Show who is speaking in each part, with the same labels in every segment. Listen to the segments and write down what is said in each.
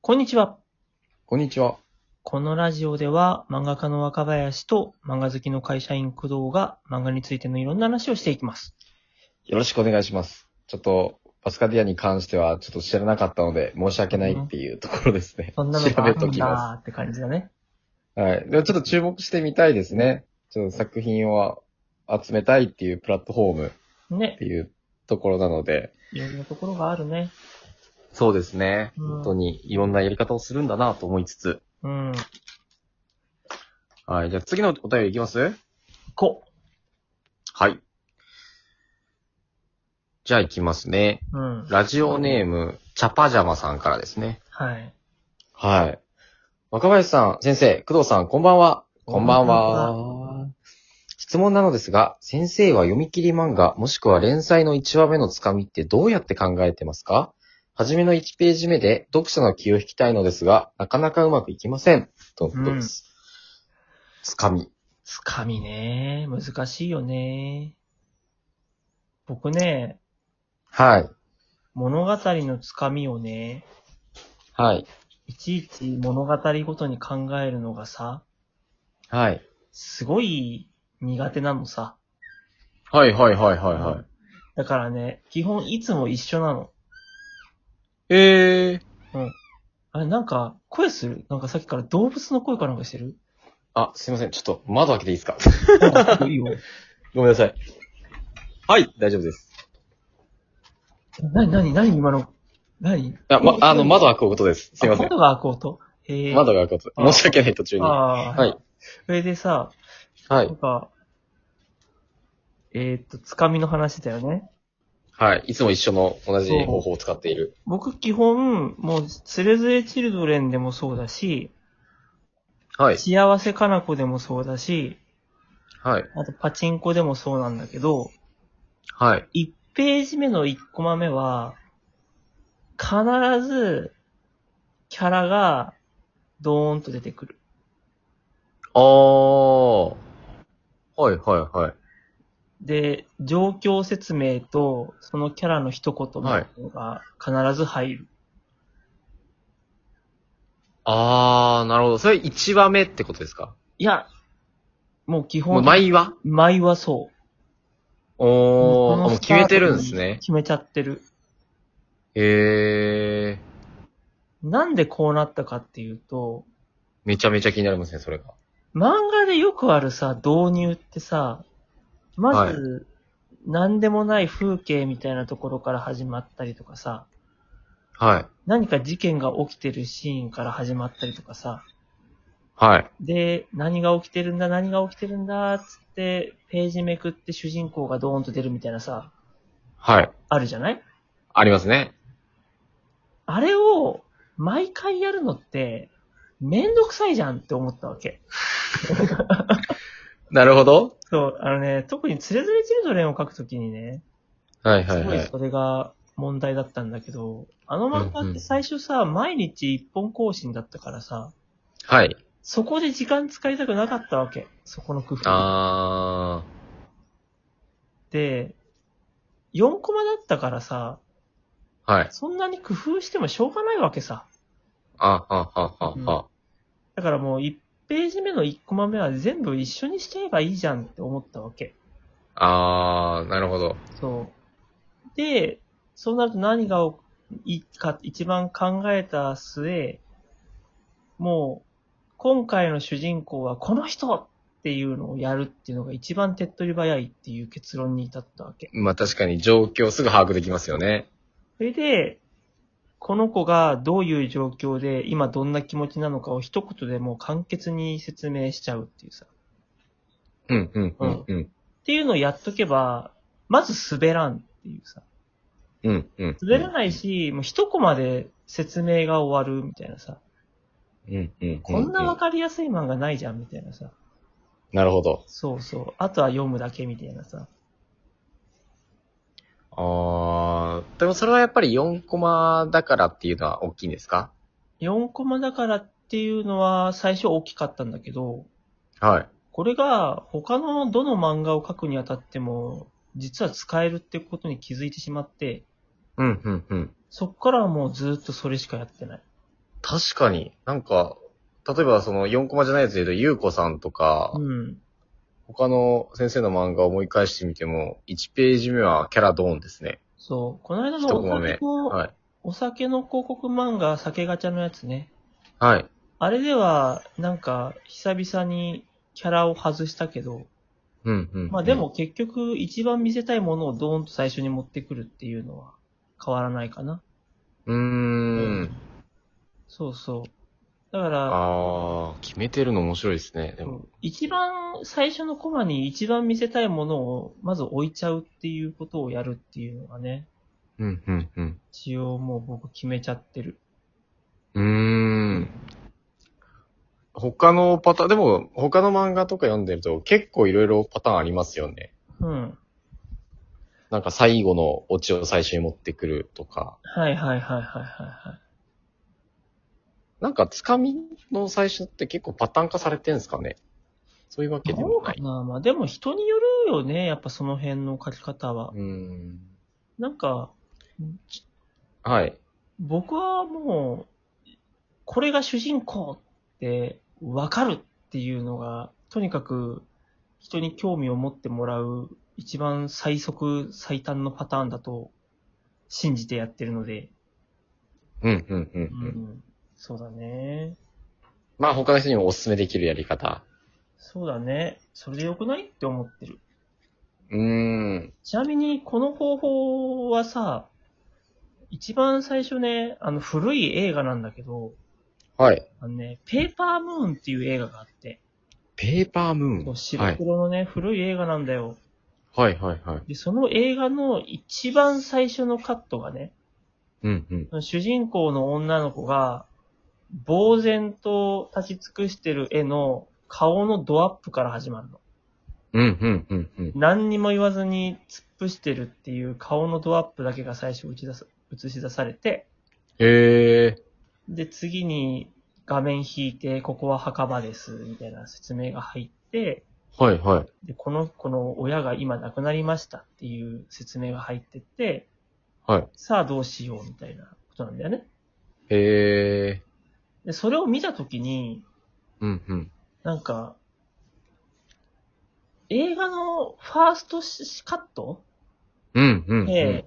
Speaker 1: こんにちは。
Speaker 2: こんにちは。
Speaker 1: このラジオでは漫画家の若林と漫画好きの会社員工藤が漫画についてのいろんな話をしていきます。
Speaker 2: よろしくお願いします。ちょっと、バスカディアに関しては、ちょっと知らなかったので、申し訳ないっていうところですね。
Speaker 1: そんなの
Speaker 2: 調
Speaker 1: があ
Speaker 2: べ
Speaker 1: る
Speaker 2: と
Speaker 1: ん
Speaker 2: き
Speaker 1: だ
Speaker 2: ま
Speaker 1: ーって感じだね。
Speaker 2: す。はい。ではちょっと注目してみたいですね。ちょっと作品を集めたいっていうプラットフォームっ
Speaker 1: ね。
Speaker 2: ていうところなので。
Speaker 1: いろんなところがあるね。
Speaker 2: そうですね。
Speaker 1: うん
Speaker 2: 本当にいろんなやり方をするんだなと思いつつ。
Speaker 1: うん。
Speaker 2: はい。じゃあ次のお便りいきます
Speaker 1: こ
Speaker 2: はい。じゃあいきますね。
Speaker 1: う。うん。
Speaker 2: ラジオネーム、チャパジャマさんからですね。
Speaker 1: はい。
Speaker 2: はい。若林さん、先生、工藤さん、こんばんは。
Speaker 1: こ
Speaker 2: こ
Speaker 1: ん
Speaker 2: ん
Speaker 1: ば
Speaker 2: ば
Speaker 1: ん
Speaker 2: ん
Speaker 1: は
Speaker 2: は。質問なのですが、先生は読み切り漫画、もしくは連載の1話目のつかみってどうやって考えてますかはじめの1ページ目で読者の気を引きたいのですが、なかなかうまくいきません。とのことです。つかみ。
Speaker 1: つかみねー。難しいよねー。僕ね、
Speaker 2: はい。
Speaker 1: 物語のつかみをね、
Speaker 2: はい。
Speaker 1: いちいち物語ごとに考えるのがさ、
Speaker 2: はい。
Speaker 1: すごい苦手なのさ。
Speaker 2: はいはいはいはい
Speaker 1: はいだからね、基本いつも一緒なの。
Speaker 2: えー。
Speaker 1: あれ、なんか、声するなんかさっきから動物の声かなんかしてる
Speaker 2: あ、すいません。ちょっと窓開けていいですか
Speaker 1: あいいよ。
Speaker 2: ごめんなさい。はい、大丈夫です。
Speaker 1: なになになに今の、なに
Speaker 2: あ、ま、あの、窓開くことです。すいません。
Speaker 1: 窓が開こうと。へえ。
Speaker 2: 窓が開くこと。申し訳ない途中に。は
Speaker 1: ああ。
Speaker 2: い。
Speaker 1: それでさ、
Speaker 2: は
Speaker 1: なん
Speaker 2: い。
Speaker 1: か、えーっと、つかみの話だよね。
Speaker 2: はい。いつも一緒の同じ方法を使っている。
Speaker 1: 僕基本、もう、つれづれチルドレンでもそうだし、
Speaker 2: はい。
Speaker 1: 幸せかな子でもそうだし、
Speaker 2: はい。
Speaker 1: あとパチンコでもそうなんだけど、
Speaker 2: はい。
Speaker 1: 1ページ目の1コマ目は、必ず、キャラが、ドーンと出てくる。
Speaker 2: あー。はい、はい、はい。
Speaker 1: で、状況説明と、そのキャラの一言みたいなのが必ず入る。
Speaker 2: あー、なるほど。それ1話目ってことですか
Speaker 1: い、や、もう基
Speaker 2: もう
Speaker 1: 本、
Speaker 2: 毎話
Speaker 1: 毎はそう。
Speaker 2: おー、あもう決めてるんですね。
Speaker 1: 決めちゃってる。
Speaker 2: えー。
Speaker 1: なんでこうなったかっていうと、
Speaker 2: めちゃめちゃ気になりますね、それが。
Speaker 1: 漫画でよくあるさ、導入ってさ、まず、何でもない風景みたいなところから始まったりとかさ、
Speaker 2: はい。
Speaker 1: 何か事件が起きてるシーンから始まったりとかさ、
Speaker 2: はい。
Speaker 1: で、何が起きてるんだ、何が起きてるんだ、つって、ページめくって主人公がドーンと出るみたいなさ、
Speaker 2: はい。
Speaker 1: あるじゃない
Speaker 2: ありますね。
Speaker 1: あれを、毎回やるのって、めんどくさいじゃんって思ったわけ。
Speaker 2: なるほど。
Speaker 1: そう、あのね、特につれづれチルドレンを書くときにね、
Speaker 2: はい、は
Speaker 1: す
Speaker 2: い、
Speaker 1: ご
Speaker 2: はいい。
Speaker 1: それが問題だったんだけど、あの漫画って最初さ、毎日一本更新だったからさ、
Speaker 2: はい。
Speaker 1: そこで時間使いたくなかったわけ。そこの工夫。
Speaker 2: あ
Speaker 1: で、4コマだったからさ、
Speaker 2: ー。はい。
Speaker 1: そんなに工夫してもしょうがないわけさ。
Speaker 2: あ、あ、あ、あ、あ。
Speaker 1: だからもう1ページ目の1コマ目は全部一緒にしちゃえばいいじゃんって思ったわけ。
Speaker 2: あー、なるほど。
Speaker 1: そう。で、そうなると何がいいか一番考えた末、もう、今回の主人公はこの人っていうのをやるっていうのが一番手っ取り早いっていう結論に至ったわけ。
Speaker 2: まあ確かに状況すぐ把握できますよね。
Speaker 1: それで、この子がどういう状況で今どんな気持ちなのかを一言でもう簡潔に説明しちゃうっていうさ。
Speaker 2: うん、うん、うん、うん。
Speaker 1: っていうのをやっとけば、まず滑らんっていうさ。
Speaker 2: うん、うん。
Speaker 1: 滑らないし、もう一コマで説明が終わるみたいなさ。
Speaker 2: うん、うん。
Speaker 1: こんなわかりやすい漫画ないじゃんみたいなさ。
Speaker 2: なるほど。
Speaker 1: そうそう。あとは読むだけみたいなさ。
Speaker 2: あー、でもそれはやっぱり4コマだからっていうのは大きいんですか
Speaker 1: 4コマだからっていうのは最初大きかったんだけど、
Speaker 2: はい。
Speaker 1: これが他のどの漫画を描くにあたっても、実は使えるってことに気づいてしまって、
Speaker 2: うん、うん、うん。
Speaker 1: そっからはもうずっとそれしかやってない。
Speaker 2: 確かに。なんか、例えばその4コマじゃないやつで言うと、ゆうこさんとか、
Speaker 1: うん。
Speaker 2: 他の先生の漫画を思い返してみても、1ページ目はキャラドーンですね。
Speaker 1: そう。この間
Speaker 2: 一
Speaker 1: のお
Speaker 2: コマ目
Speaker 1: 酒の、
Speaker 2: はい。
Speaker 1: お酒の広告漫画、酒ガチャのやつね。
Speaker 2: はい。
Speaker 1: あれでは、なんか、久々にキャラを外したけど、
Speaker 2: うんうん。
Speaker 1: まあでも結局、一番見せたいものをドーンと最初に持ってくるっていうのは変わらないかな。
Speaker 2: うん。うーん。
Speaker 1: そうそう。だから、
Speaker 2: ああ、決めてるの面白いですね。でも。
Speaker 1: 一番最初のコマに一番見せたいものをまず置いちゃうっていうことをやるっていうのがね、
Speaker 2: うんうんうん。
Speaker 1: 一応もう僕決めちゃってる。
Speaker 2: うーん。他のパターン、でも他の漫画とか読んでると結構いろいろパターンありますよね。
Speaker 1: うん。
Speaker 2: なんか最後のオチを最初に持ってくるとか。
Speaker 1: はいはいはいはいはいはい。
Speaker 2: なんかつかみの最初って結構パターン化されてるんですかね。そういうわけで
Speaker 1: ど
Speaker 2: も
Speaker 1: う
Speaker 2: な
Speaker 1: か
Speaker 2: い。
Speaker 1: なまあでも人によるよね、やっぱその辺の書き方は。
Speaker 2: うーん。
Speaker 1: なんか、
Speaker 2: はい。
Speaker 1: 僕はもう、これが主人公ってわかるっていうのが、とにかく人に興味を持ってもらう一番最速最短のパターンだと信じてやってるので、
Speaker 2: うんうんうん、う
Speaker 1: うん
Speaker 2: ん。
Speaker 1: そうだね。
Speaker 2: まあ他の人にもお勧めできるやり方。
Speaker 1: そうだね。それでよくないって思ってる。
Speaker 2: うーん。
Speaker 1: ちなみに、この方法はさ、一番最初ね、あの古い映画なんだけど、
Speaker 2: はい。
Speaker 1: あのね、ペーパームーンっていう映画があって、
Speaker 2: ペーパームー
Speaker 1: こ
Speaker 2: ン。
Speaker 1: う白
Speaker 2: はい。
Speaker 1: 黒のね、古い映画なんだよ。
Speaker 2: はいはいはい。
Speaker 1: で、その映画の一番最初のカットがね、
Speaker 2: うんうん。
Speaker 1: 主人公の女の子が、呆然と立ち尽くしてる絵の顔のドアップから始まるの。
Speaker 2: うんうんうんうん。
Speaker 1: 何にも言わずに突っ伏してるっていう顔のドアップだけが最初打ち出す、映し出されて、
Speaker 2: へえ。
Speaker 1: で、次に画面引いて、ここは墓場です、みたいな説明が入って、
Speaker 2: はいはい。
Speaker 1: で、この子の親が今亡くなりましたっていう説明が入ってって、
Speaker 2: はい。
Speaker 1: さあどうしようみたいなことなんだよね。
Speaker 2: へえ。
Speaker 1: で、それを見たときに、
Speaker 2: うんうん。
Speaker 1: なんか、映画のファーストしカット
Speaker 2: うんうん、うん。
Speaker 1: で、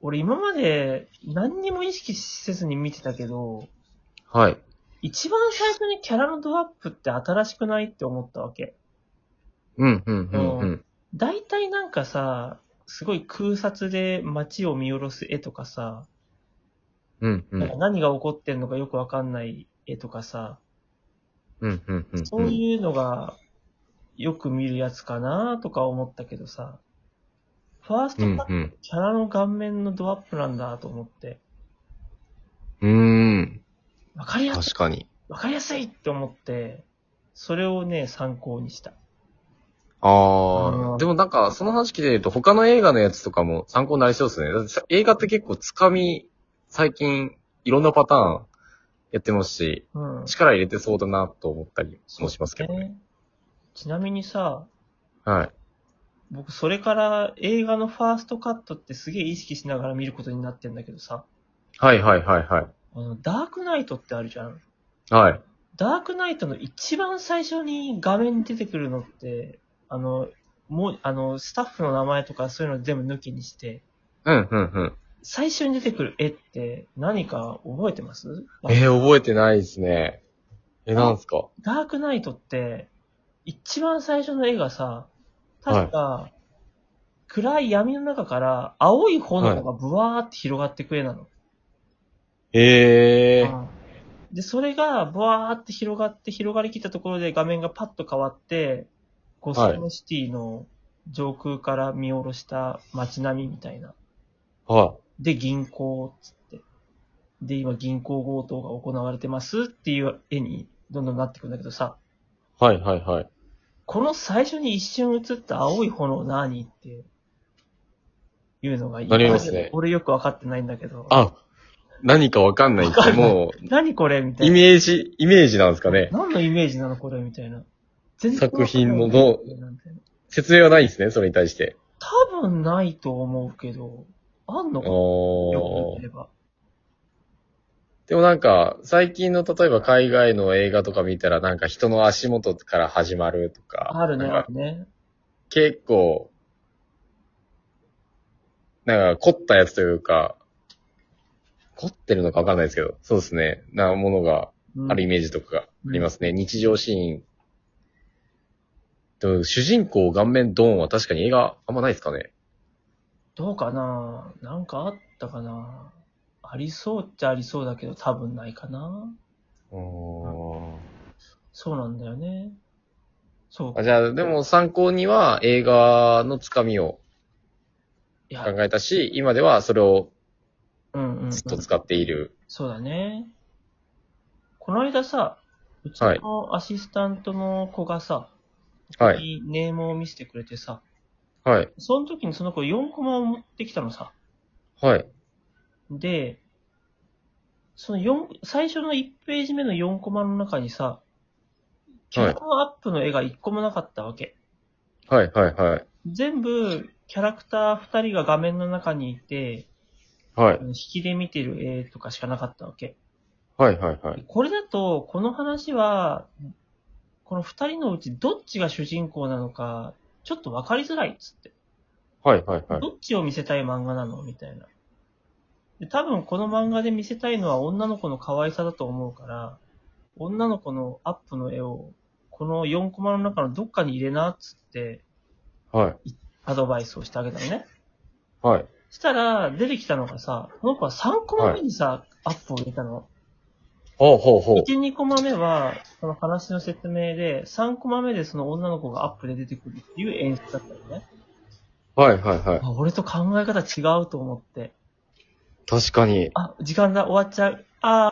Speaker 1: 俺今まで何にも意識せずに見てたけど、
Speaker 2: はい。
Speaker 1: 一番最初にキャラのドアップって新しくないって思ったわけ。
Speaker 2: うんうんうんうん。
Speaker 1: 大体なんかさ、すごい空撮で街を見下ろす絵とかさ、
Speaker 2: うんう
Speaker 1: なんか
Speaker 2: ん。
Speaker 1: 何が起こってんのかよくわかんない絵とかさ、
Speaker 2: うんうんうん。
Speaker 1: そういうのがよく見るやつかなとか思ったけどさ、ファース
Speaker 2: う
Speaker 1: ト
Speaker 2: ん
Speaker 1: カット
Speaker 2: うん。
Speaker 1: キャラの顔面のドアップなんだと思って、
Speaker 2: うーん。
Speaker 1: わかりやすい、
Speaker 2: 確かに。
Speaker 1: わかりやすいって思って、それをね、参考にした。
Speaker 2: あ
Speaker 1: う
Speaker 2: あ。
Speaker 1: ん
Speaker 2: でもなんか、その話聞いてると、他の映画のやつとかも参考になりそうですね。だってさ映画って結構つかみ、最近、いろんなパターンやってますし、
Speaker 1: うん。
Speaker 2: 力入れてそうだなと思ったりもしますけどね。
Speaker 1: ねちなみにさ、
Speaker 2: はい。
Speaker 1: 僕それから映画のファーストカットってすげえ意識しながら見ることになってんだけどさ、
Speaker 2: はいはいはいはい。
Speaker 1: あの、ダークナイトってあるじゃん。
Speaker 2: はい。
Speaker 1: ダークナイトの一番最初に画面に出てくるのって、あの、もう、あの、スタッフの名前とかそういうの全部抜きにして、
Speaker 2: うんうんうん。
Speaker 1: 最初に出てくる絵って何か覚えてます
Speaker 2: えー、覚えてないですね。え、なんすか
Speaker 1: ダークナイトって、一番最初の絵がさ、確か、暗い闇の中から青い炎がブワーって広がってく絵なの。
Speaker 2: ええー。
Speaker 1: うんで、それが、ブワーって広がって、広がりきったところで画面がパッと変わって、ゴスムシティの上空から見下ろした街並みみたいな。
Speaker 2: は
Speaker 1: で、銀行、つって。で、今銀行強盗が行われてますっていう絵にどんどんなってくんだけどさ、
Speaker 2: い。はいはいはい。
Speaker 1: この最初に一瞬映った青い炎何っていうのが、
Speaker 2: なります
Speaker 1: 今
Speaker 2: ね
Speaker 1: 俺よくわかってないんだけど、
Speaker 2: あ、何かわかんないって、も
Speaker 1: 何これみた
Speaker 2: う、
Speaker 1: い
Speaker 2: イ
Speaker 1: な。
Speaker 2: メージ、イメージなんですかね。
Speaker 1: 何のイメージなのこれみたいな。全
Speaker 2: 作品の
Speaker 1: ど
Speaker 2: ど
Speaker 1: う
Speaker 2: 説明はないですね、それに対して。
Speaker 1: 多分ないと思うけど、あんのかなよく
Speaker 2: お
Speaker 1: 見
Speaker 2: ー
Speaker 1: れば。
Speaker 2: でもなんか、最近の例えば海外の映画とか見たら、なんか人の足元から始まるとか。
Speaker 1: あるね、
Speaker 2: なん
Speaker 1: あ
Speaker 2: か
Speaker 1: るね。
Speaker 2: 結構、なんか凝ったやつというか、凝ってるのかわかんないですけど、そうですね。なものが
Speaker 1: うん
Speaker 2: あるイメージとかがありますね。日常シーン。と主人公顔面ドーンは確かに映画あんまないですかね。
Speaker 1: どうかななんかあったかなありそうっちゃありそうだけど、多分ないかなそうなんだよね。そう
Speaker 2: あ。じゃあ、でも参考には映画のつかみを
Speaker 1: いや
Speaker 2: 考、えたし、今ではそれを
Speaker 1: うんうん、うん。
Speaker 2: ずっと使っている。
Speaker 1: そうだね。この間さ、うち
Speaker 2: はい
Speaker 1: のアシスタントの子がさ、
Speaker 2: はい
Speaker 1: い、ネームを見せてくれてさ、
Speaker 2: はい。
Speaker 1: その時にその子4コマを持ってきたのさ。
Speaker 2: はい。
Speaker 1: で、その四最初の1ページ目の4コマの中にさ、キャラアップの絵が1個もなかったわけ。
Speaker 2: はい、はい、はい。
Speaker 1: 全部、キャラクター2人が画面の中にいて、
Speaker 2: はい。
Speaker 1: 引きで見てる絵とかしかなかったわけ。
Speaker 2: はい、はい、はい。
Speaker 1: これだと、この話は、この2人のうちどっちが主人公なのか、ちょっと分かりづらいっつって。
Speaker 2: はい、はい、はい。
Speaker 1: どっちを見せたい漫画なのみたいな。で多分この漫画で見せたいのは女の子の可愛さだと思うから、女の子のアップの絵を、この4コマの中のどっかに入れなっつって、
Speaker 2: はい。
Speaker 1: アドバイスをしてあげたのね。
Speaker 2: はい。
Speaker 1: したら、出てきたのがさ、この子は3コマ目にさ、アップを入れたの。
Speaker 2: ほうほうほう。
Speaker 1: 1、2コマ目は、その話の説明で、3コマ目でその女の子がアップで出てくるっていう演出だったのね。
Speaker 2: はいはいはい。
Speaker 1: あ、俺と考え方違うと思って。
Speaker 2: 確かに。
Speaker 1: あ、時間だ、終わっちゃう。あ